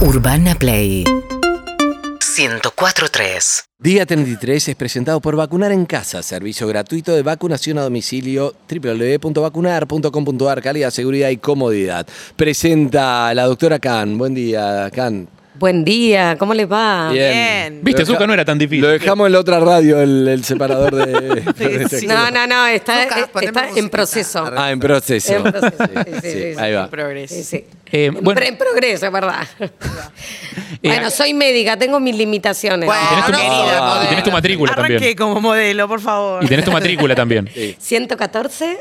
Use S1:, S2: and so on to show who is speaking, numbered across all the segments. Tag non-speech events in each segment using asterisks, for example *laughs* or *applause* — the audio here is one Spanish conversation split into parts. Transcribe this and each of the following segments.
S1: Urbana Play 104.3
S2: Día 33 es presentado por Vacunar en Casa, servicio gratuito de vacunación a domicilio www.vacunar.com.ar, calidad, seguridad y comodidad. Presenta la doctora Khan. Buen día, Khan.
S3: Buen día, ¿cómo les va?
S4: Bien.
S2: Lo
S5: Viste,
S2: deja-
S5: Zucca no era tan difícil.
S2: Lo dejamos en la otra radio, el, el separador
S3: *laughs*
S2: de... este
S4: sí.
S3: No, no, no, está,
S4: Lucas,
S3: eh,
S4: poneme
S3: está en
S4: musiquita.
S3: proceso.
S2: Ah, en proceso.
S3: En proceso, sí, sí, sí,
S2: ahí
S3: sí.
S2: va.
S4: Progreso.
S3: Sí, sí.
S5: Eh,
S3: En
S5: bueno.
S3: pre- en progreso, es verdad. bueno, soy médica, tengo mis limitaciones.
S4: Bueno,
S5: Y tenés tu-
S4: no,
S5: y
S4: no, no.
S5: tenés tu matrícula
S4: Arranqué
S5: también.
S4: como modelo, por favor.
S5: Y tenés tu matrícula también.
S3: 114,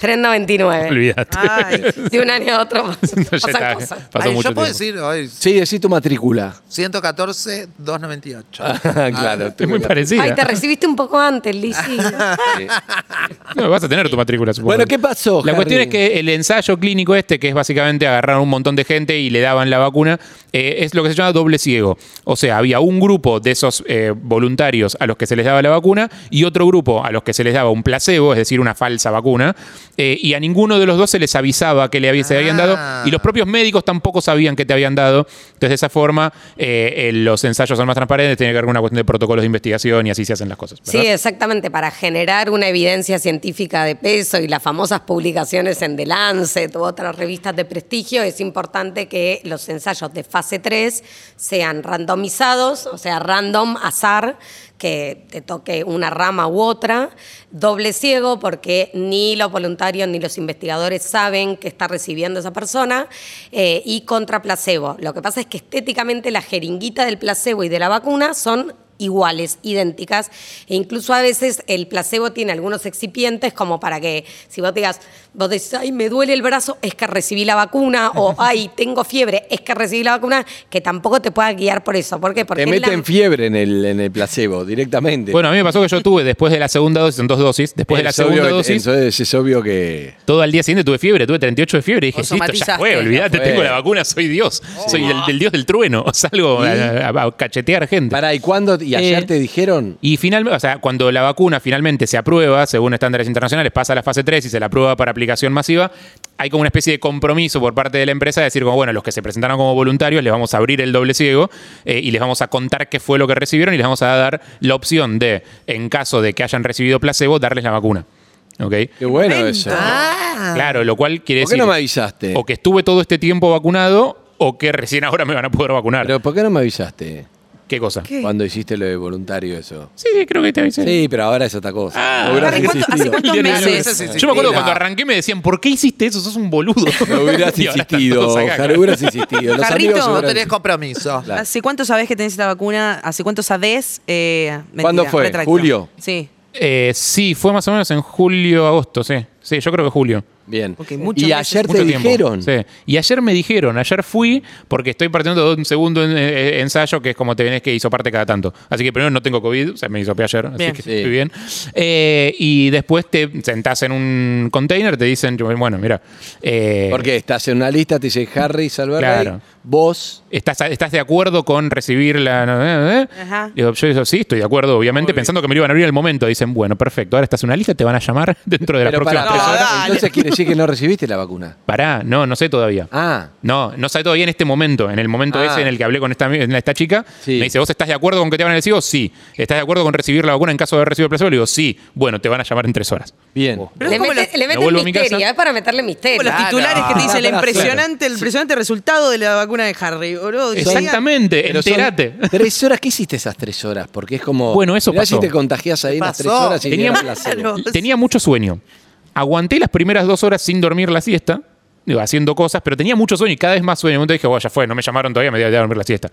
S3: 399.
S5: Olvídate.
S4: Ay.
S3: De un año a otro pasan
S5: *laughs* No, ya está.
S3: cosas.
S5: Pasó
S4: Ay,
S5: mucho
S4: yo puedo
S5: tiempo.
S4: decir hoy
S2: Sí, decí tu matrícula. *laughs* Ah,
S4: 114,
S5: *laughs*
S4: 298.
S2: claro. tú
S5: Ah, Es muy
S2: mira.
S5: parecida.
S3: Ay, te recibiste un poco antes, Lizzy.
S4: *laughs*
S5: No, vas a tener tu matrícula, supongo.
S2: Bueno, ¿qué pasó,
S5: La
S2: Harry?
S5: cuestión es que el ensayo clínico este, que es básicamente agarrar a un montón de gente y le daban la vacuna, eh, es lo que se llama doble ciego. O sea, había un grupo de esos eh, voluntarios a los que se les daba la vacuna y otro grupo a los que se les daba un placebo, es decir, una falsa vacuna, eh, y a ninguno de los dos se les avisaba que le había, se le habían dado
S4: Ah.
S5: y los propios médicos tampoco sabían que te habían dado. Entonces, de esa forma, eh, eh, los ensayos son más transparentes, tiene que ver con una cuestión de protocolos de investigación y así se hacen las cosas.
S3: Sí,
S5: ¿verdad?
S3: exactamente, para generar una evidencia científica de peso y las famosas publicaciones en The Lancet u otras revistas de prestigio, es importante que los ensayos de fase 3 sean randomizados, o sea, random, azar, que te toque una rama u otra, doble ciego, porque ni los voluntarios ni los investigadores saben que está recibiendo esa persona, eh, y contra placebo. Lo que pasa es que estéticamente la jeringuita del placebo y de la vacuna son iguales, idénticas, e incluso a veces el placebo tiene algunos excipientes como para que si vos digas, vos decís, ay, me duele el brazo, es que recibí la vacuna,
S5: *laughs*
S3: o ay, tengo fiebre, es que recibí la vacuna, que tampoco te pueda guiar por eso. ¿Por qué? Porque
S2: Te
S3: es la-
S2: meten fiebre en el, en el placebo directamente.
S5: Bueno, a mí me pasó que yo tuve después de la segunda dosis, son dos dosis, después de la
S2: Es obvio
S5: segunda
S2: que-
S5: dosis,
S2: entonces es obvio que...
S5: todo al día siguiente tuve fiebre, tuve 38 de fiebre y dije,
S4: Vos
S5: listo, ya
S4: somatizaste.
S5: fue, olvídate,
S2: Ya fue.
S5: tengo la vacuna, soy Dios, soy el, el Dios del trueno, *laughs* o salgo a, a- a cachetear gente.
S2: Pará, ¿y cuándo? ¿Y ayer
S5: Eh,
S2: te dijeron?
S5: Y finalmente, o sea, cuando la vacuna finalmente se aprueba, según estándares internacionales, pasa a la fase 3 y se la aprueba para aplicación masiva, hay como una especie de compromiso por parte de la empresa de decir, como, bueno, los que se presentaron como voluntarios les vamos a abrir el doble ciego eh, y les vamos a contar qué fue lo que recibieron y les vamos a dar la opción de, en caso de que hayan recibido placebo, darles la vacuna. ¿Ok?
S2: Qué bueno eso.
S4: Ah.
S5: Claro, lo cual quiere
S2: ¿Por qué
S5: decir...
S2: no me avisaste?
S5: O que estuve todo este tiempo vacunado o que recién ahora me van a poder vacunar.
S2: Pero ¿por qué no me avisaste
S5: ¿Qué cosa?
S4: ¿Qué?
S2: cuando hiciste lo de voluntario eso?
S5: Sí, creo que te avisé.
S2: Sí, pero ahora es otra cosa.
S5: Ah.
S2: Me hubieras
S4: ¿Hace cuánto-
S2: insistido.
S4: hace cuántos
S5: Bien,
S4: meses?
S5: bien.
S4: Eso es insistir,
S5: Yo me acuerdo
S4: no.
S5: cuando arranqué me decían, ¿por qué hiciste eso? Sos un
S4: *laughs*
S5: boludo.
S2: Me hubieras
S5: *laughs* Y ahora están *laughs*
S2: insistido,
S5: todos acá,
S2: Harry,
S5: claro.
S2: hubieras insistido. Los
S4: Jarrito,
S2: amigos
S4: no
S2: hubieran-
S4: tenés compromiso.
S2: Claro.
S6: ¿Hace cuánto sabés que tenés esta vacuna? ¿Hace cuánto sabés? Eh, mentira,
S2: ¿Cuándo fue?
S6: retracto.
S2: ¿Julio?
S6: Sí.
S5: Eh, sí, fue más o menos en julio, agosto, sí. Sí, yo creo que julio.
S2: Bien.
S6: Ok, muchos
S2: y
S6: meses,
S2: ayer te
S5: Mucho tiempo.
S2: dijeron.
S5: Sí. Y ayer me dijeron, ayer fui, porque estoy partiendo de un segundo en- eh, ensayo, que es como te venés que hizo parte cada tanto. Así que primero no tengo COVID, o sea, me hizo ayer, así
S6: Bien.
S5: que
S2: Sí.
S5: estoy bien. Eh, y después te sentás en un container, te dicen, bueno, mira. eh,
S2: Porque estás en una lista, te dice Harry Salverrey,
S5: Claro.
S2: vos...
S5: ¿Estás, ¿Estás de acuerdo con recibir la.? no, eh, eh?
S6: Ajá.
S5: Digo, yo digo, sí, estoy de acuerdo, obviamente, pensando que me lo iban a abrir al momento. Dicen, bueno, perfecto, ahora estás en una lista, te van a llamar *laughs* dentro de las
S2: Pero
S5: próximas
S2: pará,
S5: tres
S4: No,
S5: horas.
S4: dale.
S2: entonces quiere decir que no recibiste la vacuna.
S5: Pará, no, no sé todavía.
S2: Ah,
S5: No, no sé todavía en este momento, en el momento
S2: Ah.
S5: ese en el que hablé con esta, en esta chica.
S2: Sí.
S5: Me dice, ¿vos estás de acuerdo con que te van a decir? Sí. ¿Estás de acuerdo con recibir la vacuna en caso de haber recibido placebo? Le digo, sí. Bueno, te van a llamar en tres horas.
S2: bien.
S6: Pero
S3: le
S6: es como los,
S3: mete, le
S5: Me
S3: mete
S5: vuelvo a mi
S3: misterio,
S5: casa.
S3: es para meterle misterio.
S6: como los
S4: Claro.
S6: titulares que te dicen *laughs* el
S2: Claro.
S6: impresionante, el impresionante resultado de la vacuna de Harry, boludo. Que digan-
S5: Exactamente,
S2: Pero son
S5: entérate.
S2: Tres horas, ¿qué hiciste esas tres horas? Porque es como.
S5: Bueno, eso
S2: mirá
S5: pasó.
S2: si te contagias ahí en las tres
S4: Pasó.
S2: horas y
S5: Tenía-
S2: te
S6: *laughs*
S2: da placebo.
S6: Claro.
S5: Tenía mucho sueño. Aguanté las primeras dos horas sin dormir la siesta, digo, haciendo cosas, pero tenía mucho sueño y cada vez más sueño. En un momento dije, bueno, ya fue, no me llamaron todavía, me voy a dormir la siesta.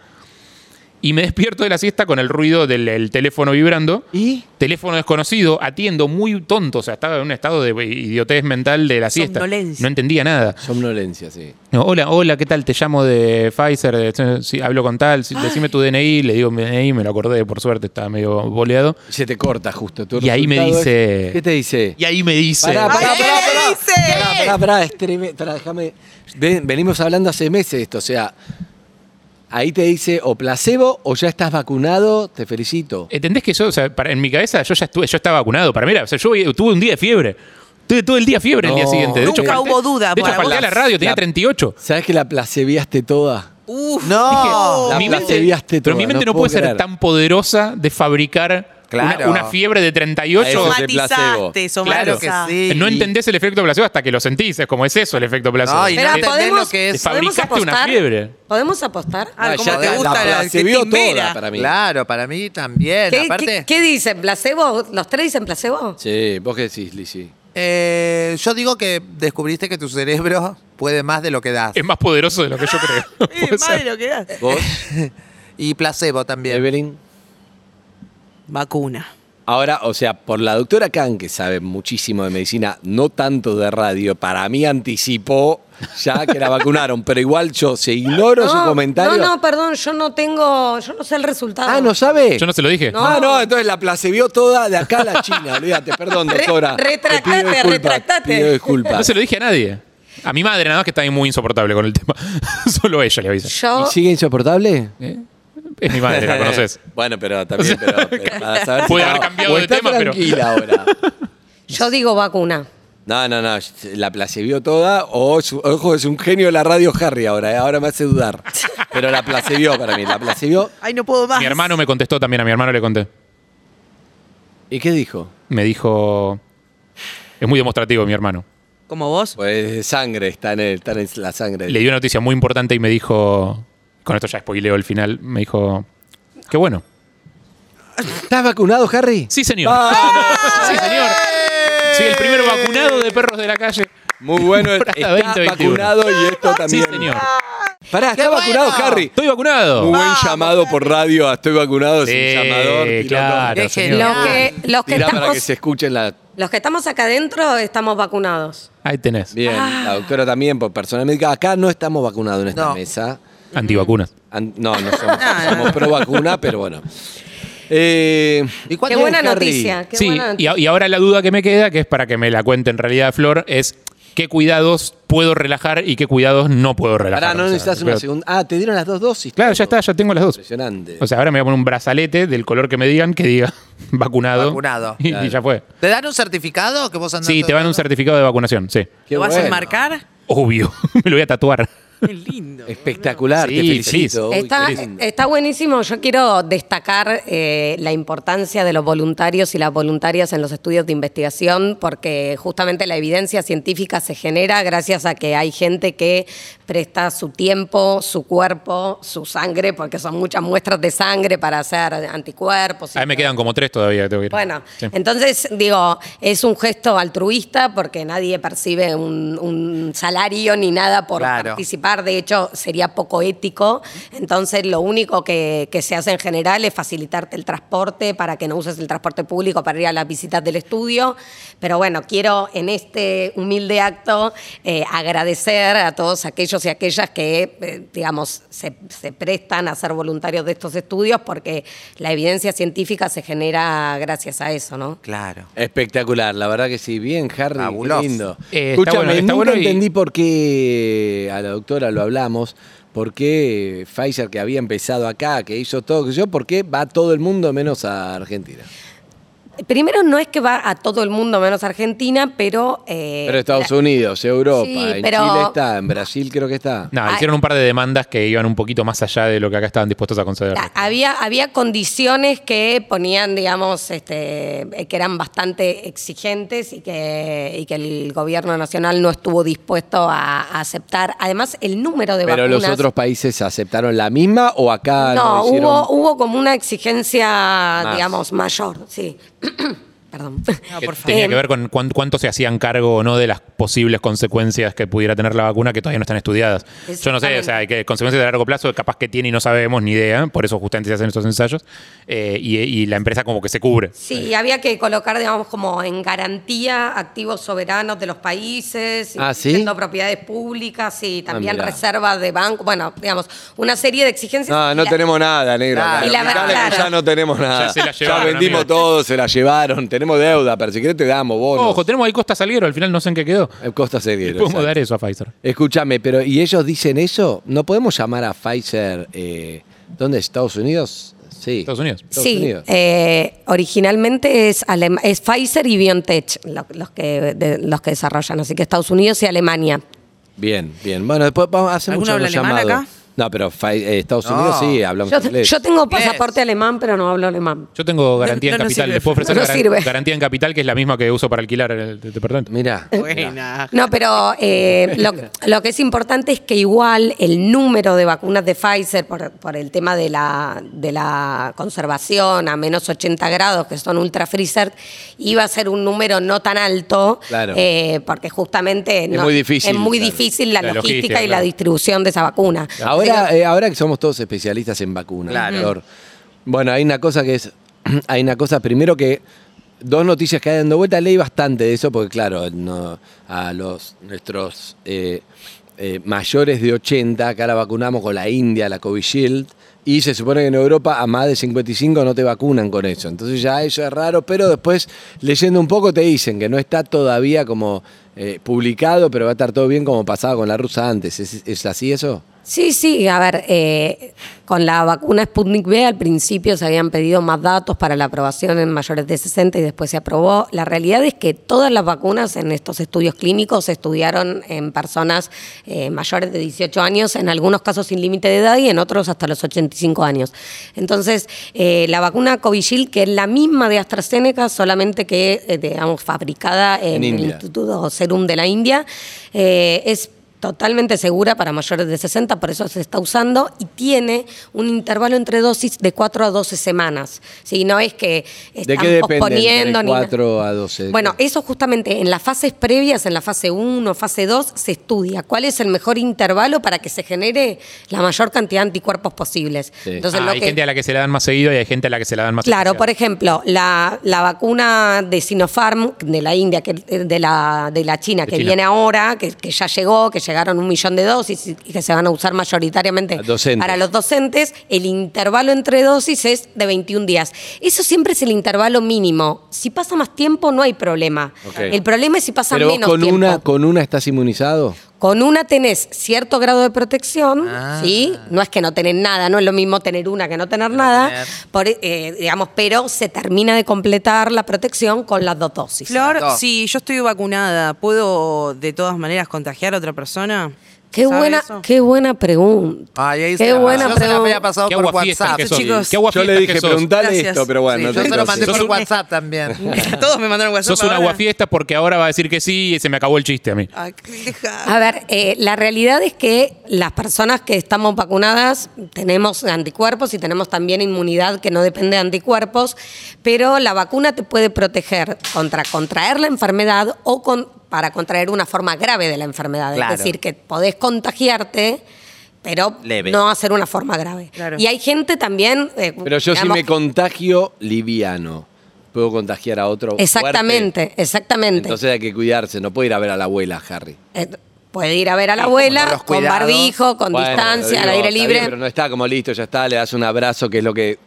S5: Y me despierto de la siesta con el ruido del el teléfono vibrando.
S2: ¿Y?
S5: Teléfono desconocido, atiendo muy tonto, o sea, estaba en un estado de idiotez mental de la siesta.
S6: Somnolencia.
S5: No entendía nada.
S2: Somnolencia, sí.
S5: No, hola, hola, ¿qué tal? Te llamo de Pfizer, de- sí, hablo con tal, sí, decime tu DNI, le digo mi DNI, me lo acordé, por suerte, estaba medio boleado.
S2: Y Se te corta justo. tu
S5: Y ahí me
S2: resultado
S5: dice-
S2: es- ¿Qué te dice?
S5: Y ahí me dice...
S2: Pará, pará,
S6: Ay,
S2: pará,
S6: ¿qué
S2: pará.
S6: dice?
S2: Pará, pará, pará, es tremendo. Pará, déjame. Ven, venimos hablando hace meses de esto, o sea. Ahí te dice o placebo o ya estás vacunado, te felicito.
S5: ¿Entendés que yo, o sea, para- en mi cabeza yo ya estuve, yo estaba vacunado? Para mí, era- o sea, yo tuve un día de fiebre. Tuve todo el día fiebre el día
S2: No.
S5: siguiente. De hecho,
S6: Nunca
S5: falté-
S6: hubo duda
S5: De hecho,
S6: para
S5: falté a
S6: vos.
S5: la radio, tenía
S2: La-
S5: 38.
S2: ¿Sabes que la placebiaste toda?
S6: Uf, "Oh,
S4: No.
S2: La
S5: mi mente,
S2: placebiaste
S5: pero
S2: toda,
S5: mi mente
S2: no
S5: no,
S2: puedo
S5: puede ser
S2: creer.
S5: tan poderosa de fabricar
S4: Claro.
S5: una, una fiebre de
S2: A eso
S5: 38.
S2: se-
S6: somatizaste,
S4: Claro que
S6: somatiza.
S4: sí.
S5: No entendés el efecto placebo hasta que lo sentís. Es como es eso el efecto placebo.
S4: No, y
S3: Pero
S4: entendés
S3: podemos,
S4: lo que es.
S3: ¿podemos
S5: Fabricaste una
S3: apostar.
S5: fiebre.
S3: ¿Podemos apostar?
S6: Ah,
S4: No,
S6: ¿cómo
S4: ya
S6: te
S4: la-
S6: gusta
S4: la
S6: la, que te
S2: placebió
S6: invera?
S2: toda para mí.
S4: Claro, para mí también.
S3: ¿Qué,
S4: Aparte,
S3: qué- qué dicen? ¿Placebo? ¿Los tres dicen placebo?
S2: Sí, vos qué decís, Lizzy.
S4: eh, yo digo que descubriste que tu cerebro puede más de lo que das.
S5: Es más poderoso de lo que yo
S6: *laughs*
S5: creo.
S6: Eh,
S5: Puede
S6: madre
S5: ser.
S6: lo que das.
S2: Vos,
S4: Y placebo también.
S2: Evelyn.
S6: Vacuna.
S2: Ahora, o sea, por la doctora Khan, que sabe muchísimo de medicina, no tanto de radio, para mí anticipó ya que la vacunaron, pero igual yo se ignoro su comentario.
S3: no, no, perdón, yo no tengo, yo no sé el resultado.
S2: ah, ¿no sabe?
S5: Yo no se lo dije.
S3: No.
S2: Ah, no, entonces la placebió toda de acá a la China, olvídate, perdón,
S3: Re-
S2: doctora. Te pido
S3: retractate,
S2: disculpas,
S3: retractate.
S2: te Pido disculpas.
S3: *laughs*
S5: No se lo dije a nadie. A mi madre nada más que está ahí muy insoportable con el tema. *laughs* Solo ella le avisa.
S3: Yo,
S2: ¿Y sigue insoportable?
S5: Es mi madre,
S2: *laughs*
S5: la conoces.
S2: Bueno, pero también, pero, pero para saber si
S5: Puede
S2: está-
S5: haber cambiado
S2: o
S5: de
S2: está
S5: tema, pero-
S2: tranquila ahora.
S3: yo digo vacuna.
S2: No, no, no, la placebió toda o, su- ojo, es un genio de la radio Harry ahora, eh, ahora me hace
S5: *laughs*
S2: dudar. Pero la placebió para mí, la placebió.
S6: Ay, no puedo más.
S5: Mi hermano me contestó también, a mi hermano le conté.
S2: ¿Y qué dijo?
S5: Me dijo. Es muy demostrativo mi hermano.
S6: ¿Como vos?
S2: Pues sangre, está en, el- está en la sangre.
S5: Le dio una noticia muy importante y me dijo. Con esto ya spoileo el final. Me dijo. Qué bueno.
S2: ¿Estás vacunado, Harry?
S5: Sí, señor.
S2: Ah,
S5: Sí, señor. Soy el primer vacunado de perros de la calle.
S2: Muy bueno,
S5: *laughs* Temporada
S2: está
S5: 2021.
S2: vacunado y esto
S5: Sí,
S2: también.
S5: señor.
S2: Pará, está
S4: bueno!
S2: vacunado, Harry.
S5: Estoy vacunado.
S2: Muy buen llamado por radio, a estoy vacunado, es
S5: Sí,
S2: un llamador. tiró todo.
S5: claro,
S4: Qué
S5: señor.
S4: genial.
S3: Los que, Eh, los que
S2: Tirá para
S3: estamos,
S2: que se escuchen la...
S3: los que estamos acá adentro estamos vacunados.
S5: Ahí tenés.
S2: Bien, la
S3: Ah.
S2: doctora también, por personal médica. Acá no estamos vacunados en esta
S4: No.
S2: mesa.
S5: Antivacunas.
S2: An- No, no
S6: *laughs*
S2: somos,
S6: Ah,
S2: somos
S6: no.
S2: pro vacuna, pero bueno. Eh,
S4: ¿Y
S3: Qué
S4: cuánto-
S3: buena
S2: Harry?
S3: noticia. Qué
S5: sí,
S3: buena
S5: y, a- y ahora la duda que me queda, que es para que me la cuente en realidad Flor, es qué cuidados puedo relajar y qué cuidados no puedo relajar.
S2: Pará, no
S5: O sea,
S2: necesitas una
S5: pero-
S2: segunda. Ah, te dieron las dos dosis.
S5: Claro, ya está, ya tengo las dos.
S2: Impresionante.
S5: O sea, ahora me voy a poner un brazalete del color que me digan que diga *laughs* vacunado.
S4: Vacunado,
S5: Y, y
S2: claro.
S5: ya fue.
S4: ¿Te dan un certificado que vos andás
S5: Sí, te van
S4: dando?
S5: un certificado de vacunación, sí.
S2: Qué
S6: ¿Lo vas a
S2: bueno.
S6: enmarcar?
S5: Obvio, *laughs* me lo voy a tatuar.
S6: Qué lindo.
S2: Espectacular,
S5: Sí,
S2: te
S5: feliz.
S2: felicito. Uy,
S3: Está,
S2: qué lindo.
S3: está buenísimo. Yo quiero destacar eh, la importancia de los voluntarios y las voluntarias en los estudios de investigación, porque justamente la evidencia científica se genera gracias a que hay gente que presta su tiempo, su cuerpo, su sangre, porque son muchas muestras de sangre para hacer anticuerpos. y
S5: Ahí Ah, me
S3: todo.
S5: quedan como tres todavía que tengo que ir.
S3: Bueno,
S5: Sí.
S3: entonces digo, es un gesto altruista porque nadie percibe un, un salario ni nada por
S4: Claro.
S3: participar, de hecho sería poco ético, entonces lo único que, que se hace en general es facilitarte el transporte para que no uses el transporte público para ir a las visitas del estudio, pero bueno, quiero en este humilde acto eh, agradecer a todos aquellos y aquellas que, eh, digamos, se, se prestan a ser voluntarios de estos estudios porque la evidencia científica se genera gracias a eso, ¿no?
S4: Claro.
S2: Espectacular, la verdad que sí. Bien, Harry,
S4: Fabuloso.
S2: qué lindo.
S5: Eh, está
S2: Escúchame,
S5: bueno, está
S2: nunca
S5: bueno y-
S2: entendí por qué a la doctora lo hablamos, por qué Pfizer que había empezado acá, que hizo todo, que yo, por qué va todo el mundo menos a Argentina.
S3: Primero no es que va a todo el mundo menos a Argentina, pero... eh,
S2: Pero Estados
S3: la-
S2: Unidos, Europa,
S3: Sí,
S2: en
S3: pero-
S2: Chile está, en Brasil creo que está.
S5: No,
S3: Ay.
S5: hicieron un par de demandas que iban un poquito más allá de lo que acá estaban dispuestos a conceder.
S3: La- había, había condiciones que ponían, digamos, este, eh, que eran bastante exigentes y que, y que el gobierno nacional no estuvo dispuesto a, a aceptar. Además, el número de
S2: Pero
S3: vacunas...
S2: los otros países aceptaron la misma o acá
S3: No,
S2: lo hicieron?
S3: hubo, hubo como una exigencia, digamos, mayor, sí. *clears throat* Perdón. Eh,
S5: Que tenía que ver con cuán- cuánto se hacían cargo o no de las posibles consecuencias que pudiera tener la vacuna que todavía no están estudiadas. Yo no sé, o sea, hay que consecuencias de largo plazo capaz que tiene y no sabemos ni idea, por eso justamente se hacen estos ensayos, Eh, y, y la empresa como que se cubre.
S3: Sí, había que colocar, digamos, como en garantía activos soberanos de los países,
S2: Ah, ¿sí? Ah,
S3: incluyendo propiedades públicas y también
S2: mirá.
S3: reservas de banco, bueno, digamos, una serie de exigencias.
S2: No,
S3: Y
S2: no
S3: la-
S2: tenemos nada, negro.
S4: Claro,
S2: Claro,
S4: Y la
S2: Dale
S3: verdad-
S2: que ya no tenemos nada.
S5: Ya se la llevaron,
S2: vendimos
S5: amigo.
S2: todo, se la llevaron. Tenemos deuda, pero si querés te damos bonos.
S5: Ojo, tenemos ahí Costa Salguero, al final no sé en qué quedó.
S2: Eh, Costa
S5: Le
S2: Seguero.
S5: podemos dar eso a Pfizer.
S2: Escúchame, pero ¿y ellos dicen eso? ¿No podemos llamar a Pfizer, eh, ¿dónde? ¿Estados Unidos? Sí.
S5: Estados Unidos.
S2: Estados
S3: Sí,
S2: Unidos.
S3: eh, originalmente es, Alem- es Pfizer y BioNTech lo- los, que, de- los que desarrollan, así que Estados Unidos y Alemania.
S2: Bien, bien. Bueno, después vamos a hacer
S6: ¿Alguno
S2: mucho
S6: habla
S2: los
S6: alemán
S2: llamados.
S6: acá?
S2: No, pero fa- eh, Estados
S4: No.
S2: Unidos sí, hablamos
S3: Yo,
S2: inglés.
S3: yo tengo pasaporte alemán, pero no hablo alemán.
S5: Yo tengo garantía
S6: no
S5: en
S6: nos
S5: capital.
S6: sirve.
S5: Les puedo ofrecer
S3: No
S5: garan-
S3: sirve.
S5: garantía en capital, que es la misma que uso para alquilar el departamento.
S2: Mirá.
S6: Buena.
S3: No, pero eh, lo, lo que es importante es que igual el número de vacunas de Pfizer por, por el tema de la, de la conservación a menos 80 grados, que son ultra freezer, iba a ser un número no tan alto,
S2: Claro.
S3: eh, porque justamente no-
S2: muy difícil,
S3: es muy
S2: claro.
S3: difícil la,
S5: La
S3: logística,
S5: logística,
S3: y la
S5: claro.
S3: distribución de esa vacuna.
S2: Ahora, eh, ahora que somos todos especialistas en vacunas.
S4: Claro.
S2: doctor. Bueno, hay una cosa que es. *clears throat* Hay una cosa, primero que. Dos noticias que hay dando vuelta. Leí bastante de eso, porque, claro, no- a los nuestros eh, eh, mayores de 80, acá la vacunamos con la India, la Covid Shield. Y se supone que en Europa a más de 55 no te vacunan con eso. Entonces ya eso es raro, pero después leyendo un poco te dicen que no está todavía como eh, publicado, pero va a estar todo bien como pasaba con la rusa antes. ¿Es, es así eso?
S3: Sí, sí, a ver, eh, con la vacuna Sputnik V al principio se habían pedido más datos para la aprobación en mayores de 60 y después se aprobó. La realidad es que todas las vacunas en estos estudios clínicos se estudiaron en personas eh, mayores de 18 años, en algunos casos sin límite de edad y en otros hasta los 85 años. Entonces, eh, la vacuna Covishield, que es la misma de AstraZeneca, solamente que, eh, digamos, fabricada en,
S2: En
S3: el
S2: India.
S3: Instituto Serum de la India, eh, es totalmente segura para mayores de 60, por eso se está usando y tiene un intervalo entre dosis de 4 a 12 semanas. Si no es que
S2: ¿De
S3: están
S2: qué depende?
S3: posponiendo
S2: De
S3: ni na-
S2: 4 a 12.
S3: bueno, eso justamente en las fases previas, en la fase 1, fase 2, se estudia cuál es el mejor intervalo para que se genere la mayor cantidad de anticuerpos posibles.
S2: Sí.
S3: Entonces,
S5: Ah,
S3: lo
S5: hay
S3: que-
S5: gente a la que se la dan más seguido y hay gente a la que se la dan más
S3: Claro,
S5: espaciado.
S3: por ejemplo, la, la vacuna de Sinopharm, de la India, que, de, la, de la China,
S5: De
S3: que
S5: China.
S3: viene ahora, que, que ya llegó, que llegaron un millón de dosis y y que se van a usar mayoritariamente
S2: A docentes.
S3: para los docentes, el intervalo entre dosis es de 21 días. Eso siempre es el intervalo mínimo. Si pasa más tiempo, no hay problema.
S2: Ok.
S3: El problema es si pasa
S2: Pero vos
S3: menos
S2: con
S3: tiempo.
S2: una, con una estás inmunizado.
S3: Con una tenés cierto grado de protección,
S4: Ah.
S3: ¿sí? No es que no tenés nada, no es lo mismo tener una que no tener nada,
S4: tener.
S3: por, eh, digamos, pero se termina de completar la protección con las dos dosis.
S6: Flor,
S4: Dos.
S6: si yo estoy vacunada, ¿puedo de todas maneras contagiar a otra persona?
S3: Qué
S6: ¿Sabe
S3: buena,
S6: eso?
S3: qué buena pregunta.
S4: Ay, ahí
S3: Qué
S4: se la-
S3: buena
S4: Yo se la había
S3: pregunta.
S4: pasado
S5: Qué
S4: por
S5: aguafiestas
S4: WhatsApp.
S5: que sos.
S6: Chicos,
S5: Qué
S2: Yo le
S6: yo
S5: aguafiestas
S2: dije,
S5: que sos.
S2: preguntale
S6: Gracias.
S2: esto, pero
S4: Sí,
S2: bueno.
S4: yo se lo
S2: chicos,
S4: mandé
S5: sos
S4: por
S5: un-
S4: WhatsApp también.
S5: *laughs*
S6: *laughs* Todos me mandaron WhatsApp.
S5: Sos un
S6: ahora.
S5: aguafiestas porque ahora va a decir que sí y se me acabó el chiste a mí.
S6: Ay, qué deja-
S3: A ver, eh, la realidad es que las personas que estamos vacunadas tenemos anticuerpos y tenemos también inmunidad que no depende de anticuerpos, pero la vacuna te puede proteger contra contraer la enfermedad o con- para contraer una forma grave de la enfermedad.
S4: Claro.
S3: Es decir, que podés contagiarte, pero
S4: Leve.
S3: no hacer una forma grave.
S6: Claro.
S3: Y hay gente también... eh,
S2: Pero yo si
S3: digamos,
S2: me contagio liviano, puedo contagiar a otro.
S3: Exactamente,
S2: fuerte.
S3: exactamente.
S2: Entonces hay que cuidarse, no puede ir a ver a la abuela, Harry.
S3: Eh, puede ir a ver a la
S4: Y
S3: abuela
S4: con los
S3: con
S4: cuidados.
S3: barbijo, con
S2: Bueno,
S3: distancia,
S2: pero digo,
S3: al aire
S2: está
S3: libre.
S2: bien, pero no está como listo, ya está, le das un abrazo, que es lo que.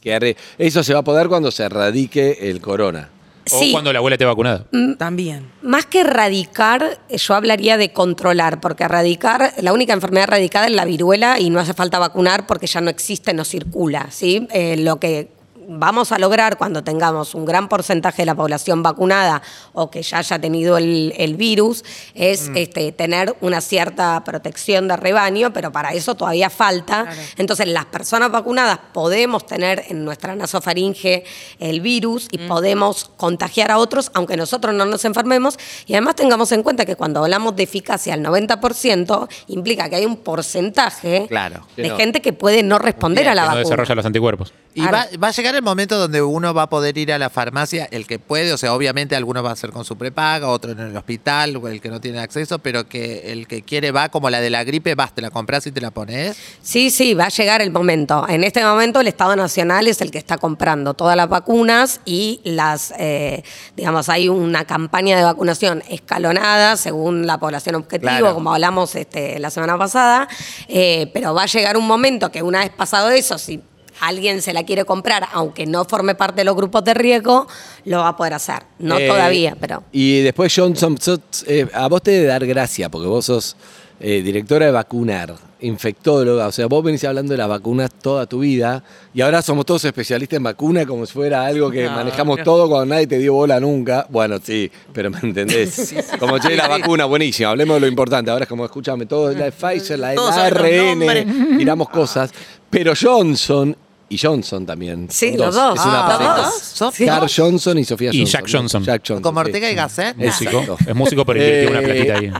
S2: que arre- Eso se va a poder cuando se erradique el corona.
S5: O
S3: Sí.
S5: cuando la abuela esté vacunada.
S6: Mm. También.
S3: Más que erradicar, yo hablaría de controlar, porque erradicar, la única enfermedad erradicada es la viruela y no hace falta vacunar porque ya no existe, no circula, ¿sí? Eh, lo que vamos a lograr cuando tengamos un gran porcentaje de la población vacunada o que ya haya tenido el, el virus es este, tener una cierta protección de rebaño, pero para eso todavía falta. Entonces, las personas vacunadas podemos tener en nuestra nasofaringe el virus y podemos contagiar a otros, aunque nosotros no nos enfermemos. Y además tengamos en cuenta que cuando hablamos de eficacia al 90%, implica que hay un porcentaje
S4: Claro.
S3: de
S2: Que no.
S3: gente que puede no responder a la
S5: que no
S3: vacuna.
S5: desarrolla los anticuerpos.
S4: Y va, va a llegar el momento donde uno va a poder ir a la farmacia, el que puede, o sea, obviamente alguno va a ser con su prepaga, otro en el hospital, o el que no tiene acceso, pero que el que quiere va como la de la gripe, vas, te la compras y te la pones.
S3: Sí, sí, va a llegar el momento. En este momento el Estado Nacional es el que está comprando todas las vacunas y las, eh, digamos, hay una campaña de vacunación escalonada según la población objetivo,
S4: Claro.
S3: como hablamos este, la semana pasada, eh, pero va a llegar un momento que una vez pasado eso, si alguien se la quiere comprar, aunque no forme parte de los grupos de riesgo, lo va a poder hacer. No
S2: Eh,
S3: todavía, pero...
S2: Y después, Johnson, sos- eh, a vos te debe dar gracia, porque vos sos eh, directora de vacunar, infectóloga. O sea, vos venís hablando de las vacunas toda tu vida y ahora somos todos especialistas en vacuna como si fuera algo que
S6: No,
S2: manejamos
S6: pero-
S2: todo cuando nadie te dio bola nunca. Bueno, sí, pero me
S6: *laughs*
S2: entendés. como che, la vacuna, buenísima, hablemos de lo importante. Ahora es como, escúchame, todo la de Pfizer, la de
S6: Todos
S2: la
S6: saben los nombres.
S2: ARN, tiramos cosas. Pero Johnson y Johnson también.
S3: Sí,
S2: Dos.
S3: los dos.
S2: Es una
S3: Ah,
S2: pareja.
S3: los dos.
S4: ¿Son
S3: Sí.
S2: Carl Johnson y Sofía
S5: Y
S2: Johnson.
S5: Jack Johnson.
S2: Jack Johnson,
S4: Como
S2: sí.
S4: Ortega y Gasset.
S5: Músico.
S2: Exacto.
S5: Es músico,
S2: *laughs*
S5: pero invirtió una
S2: Eh,
S5: platita ahí.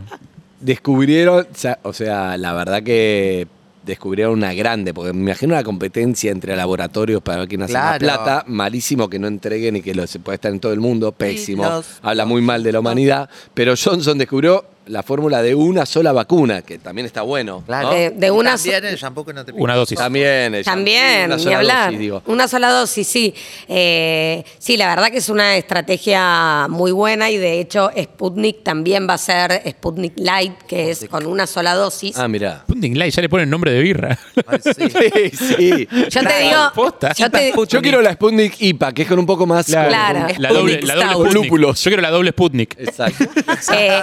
S2: Descubrieron, o sea- o sea, la verdad que descubrieron una grande, porque me imagino una competencia entre laboratorios para ver quién hace más
S4: Claro.
S2: plata, malísimo que no entreguen y que lo, se puede estar en todo el mundo, pésimo,
S4: los-
S2: habla muy mal de la humanidad, pero Johnson descubrió la fórmula de una sola vacuna, que también está bueno.
S4: Claro.
S2: ¿no?
S3: De- de
S4: Y
S3: una
S4: También
S3: so-
S4: el shampoo que no te pica.
S5: Una dosis.
S2: También, ella,
S3: También,
S2: una
S3: ni
S2: sola
S3: hablar.
S2: dosis, digo.
S3: Una sola dosis, sí. Eh, sí, la verdad que es una estrategia muy buena y de hecho Sputnik también va a ser Sputnik Light, que es con una sola dosis.
S2: Ah,
S5: *laughs*
S2: mirá.
S5: Pudding Light, ya le ponen nombre de birra.
S4: Ay, Ah,
S3: *laughs*
S4: sí.
S2: Sí, sí.
S3: yo
S2: *laughs*
S3: te digo,
S5: posta.
S3: yo te,
S2: Yo quiero la Sputnik IPA, que es con un poco más...
S3: Claro.
S5: *laughs* La doble,
S3: Sputnik
S5: la doble
S3: Stout.
S5: Sputnik.
S2: Lúpulos.
S5: Yo quiero la doble Sputnik.
S2: Exacto.
S3: eh,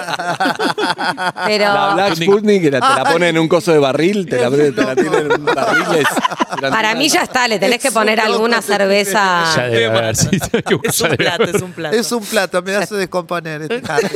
S3: pero
S2: La Black
S5: Sputnik.
S2: Sputnik que la- te la ponen en un coso de barril, te la, te la tienen en barriles. durante
S3: para mí
S2: una-
S3: ya está, le tenés que
S4: Es
S3: poner
S4: un loco
S3: alguna
S4: este
S3: cerveza.
S5: Ya debe haber, sí,
S6: *laughs*
S5: hay que
S6: Ah.
S5: *laughs*
S6: Es
S5: buscar,
S6: un
S5: ya debe haber.
S6: plato, es un plato.
S4: Es un plato, me hace descomponer
S5: *laughs*
S4: este Harry.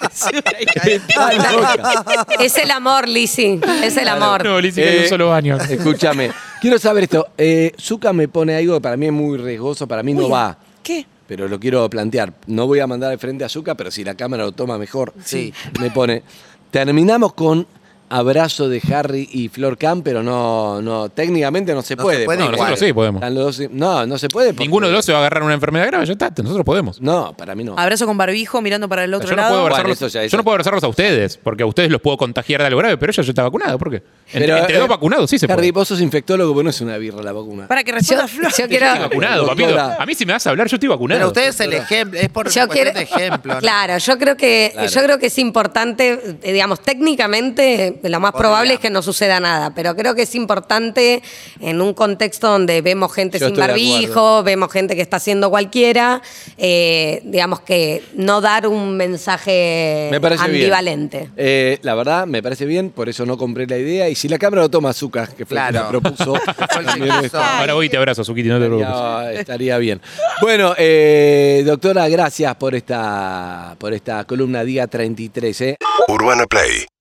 S2: Está
S5: *laughs*
S2: loca.
S3: Es el amor, Lizzy, es el amor.
S5: No, Lizzy, que hay un
S2: Eh,
S5: solo baño.
S2: Escúchame, quiero saber esto. Eh, Zuka me pone algo que para mí es muy riesgoso, para mí no va.
S6: ¿Qué?
S2: Pero lo quiero plantear. No voy a mandar de frente a Zuka, pero si la cámara lo toma mejor.
S4: Sí.
S2: Me pone. Terminamos con abrazo de Harry y Flor Camp, pero no, no, técnicamente no se
S4: No se
S2: puede.
S4: puede
S2: porque-
S4: No, nosotros
S5: sí podemos.
S2: Están los dos- no, no se puede. porque-
S5: *laughs* Ninguno de los se va a agarrar una enfermedad grave, ya está, nosotros podemos.
S2: No, para mí no.
S6: Abrazo con barbijo mirando para el
S5: O sea,
S6: otro
S5: Yo no,
S6: lado.
S5: puedo
S2: Bueno,
S5: abrazarlos,
S2: eso ya, eso.
S5: yo no puedo abrazarlos a ustedes, porque a ustedes los puedo contagiar de algo grave, pero ella ya está vacunada, ¿por qué? Entre,
S2: Pero,
S5: entre
S2: eh,
S5: dos vacunados sí se
S2: Harry,
S5: puede.
S2: vos sos infectólogo, pero no es una birra la vacuna.
S6: Para que
S3: Yo,
S6: responda Flor.
S3: yo quiero.
S5: Estoy vacunado, papito.
S2: Doctora.
S5: A mí si me vas a hablar, yo estoy vacunado.
S4: Pero usted es el ejemplo, es por
S3: Yo
S4: cuestión
S3: quiero-
S4: de
S3: *laughs*
S4: ejemplo. ¿no?
S3: Claro, yo creo que
S2: Claro.
S3: yo creo que es importante, eh, digamos, técnicamente eh, lo más
S4: Podría.
S3: probable es que no suceda nada, pero creo que es importante en un contexto donde vemos gente
S2: Yo
S3: sin
S2: estoy de
S3: barbijo,
S2: acuerdo.
S3: vemos gente que está haciendo cualquiera, eh, digamos que no dar un mensaje
S2: Me parece bien.
S3: ambivalente.
S2: Eh, la verdad, me parece bien, por eso no compré la idea. Y si la cámara lo toma Azúcar, que fue
S4: Claro.
S2: la propuso,
S4: *laughs* Fue el que
S2: también
S4: quiso.
S2: está-
S5: Ahora voy y te abrazo, Suquiti, no te preocupes.
S2: estaría, estaría bien. Bueno, eh, doctora, gracias por esta, por esta columna Día 33. ¿eh?
S1: UrbanaPlayFM.com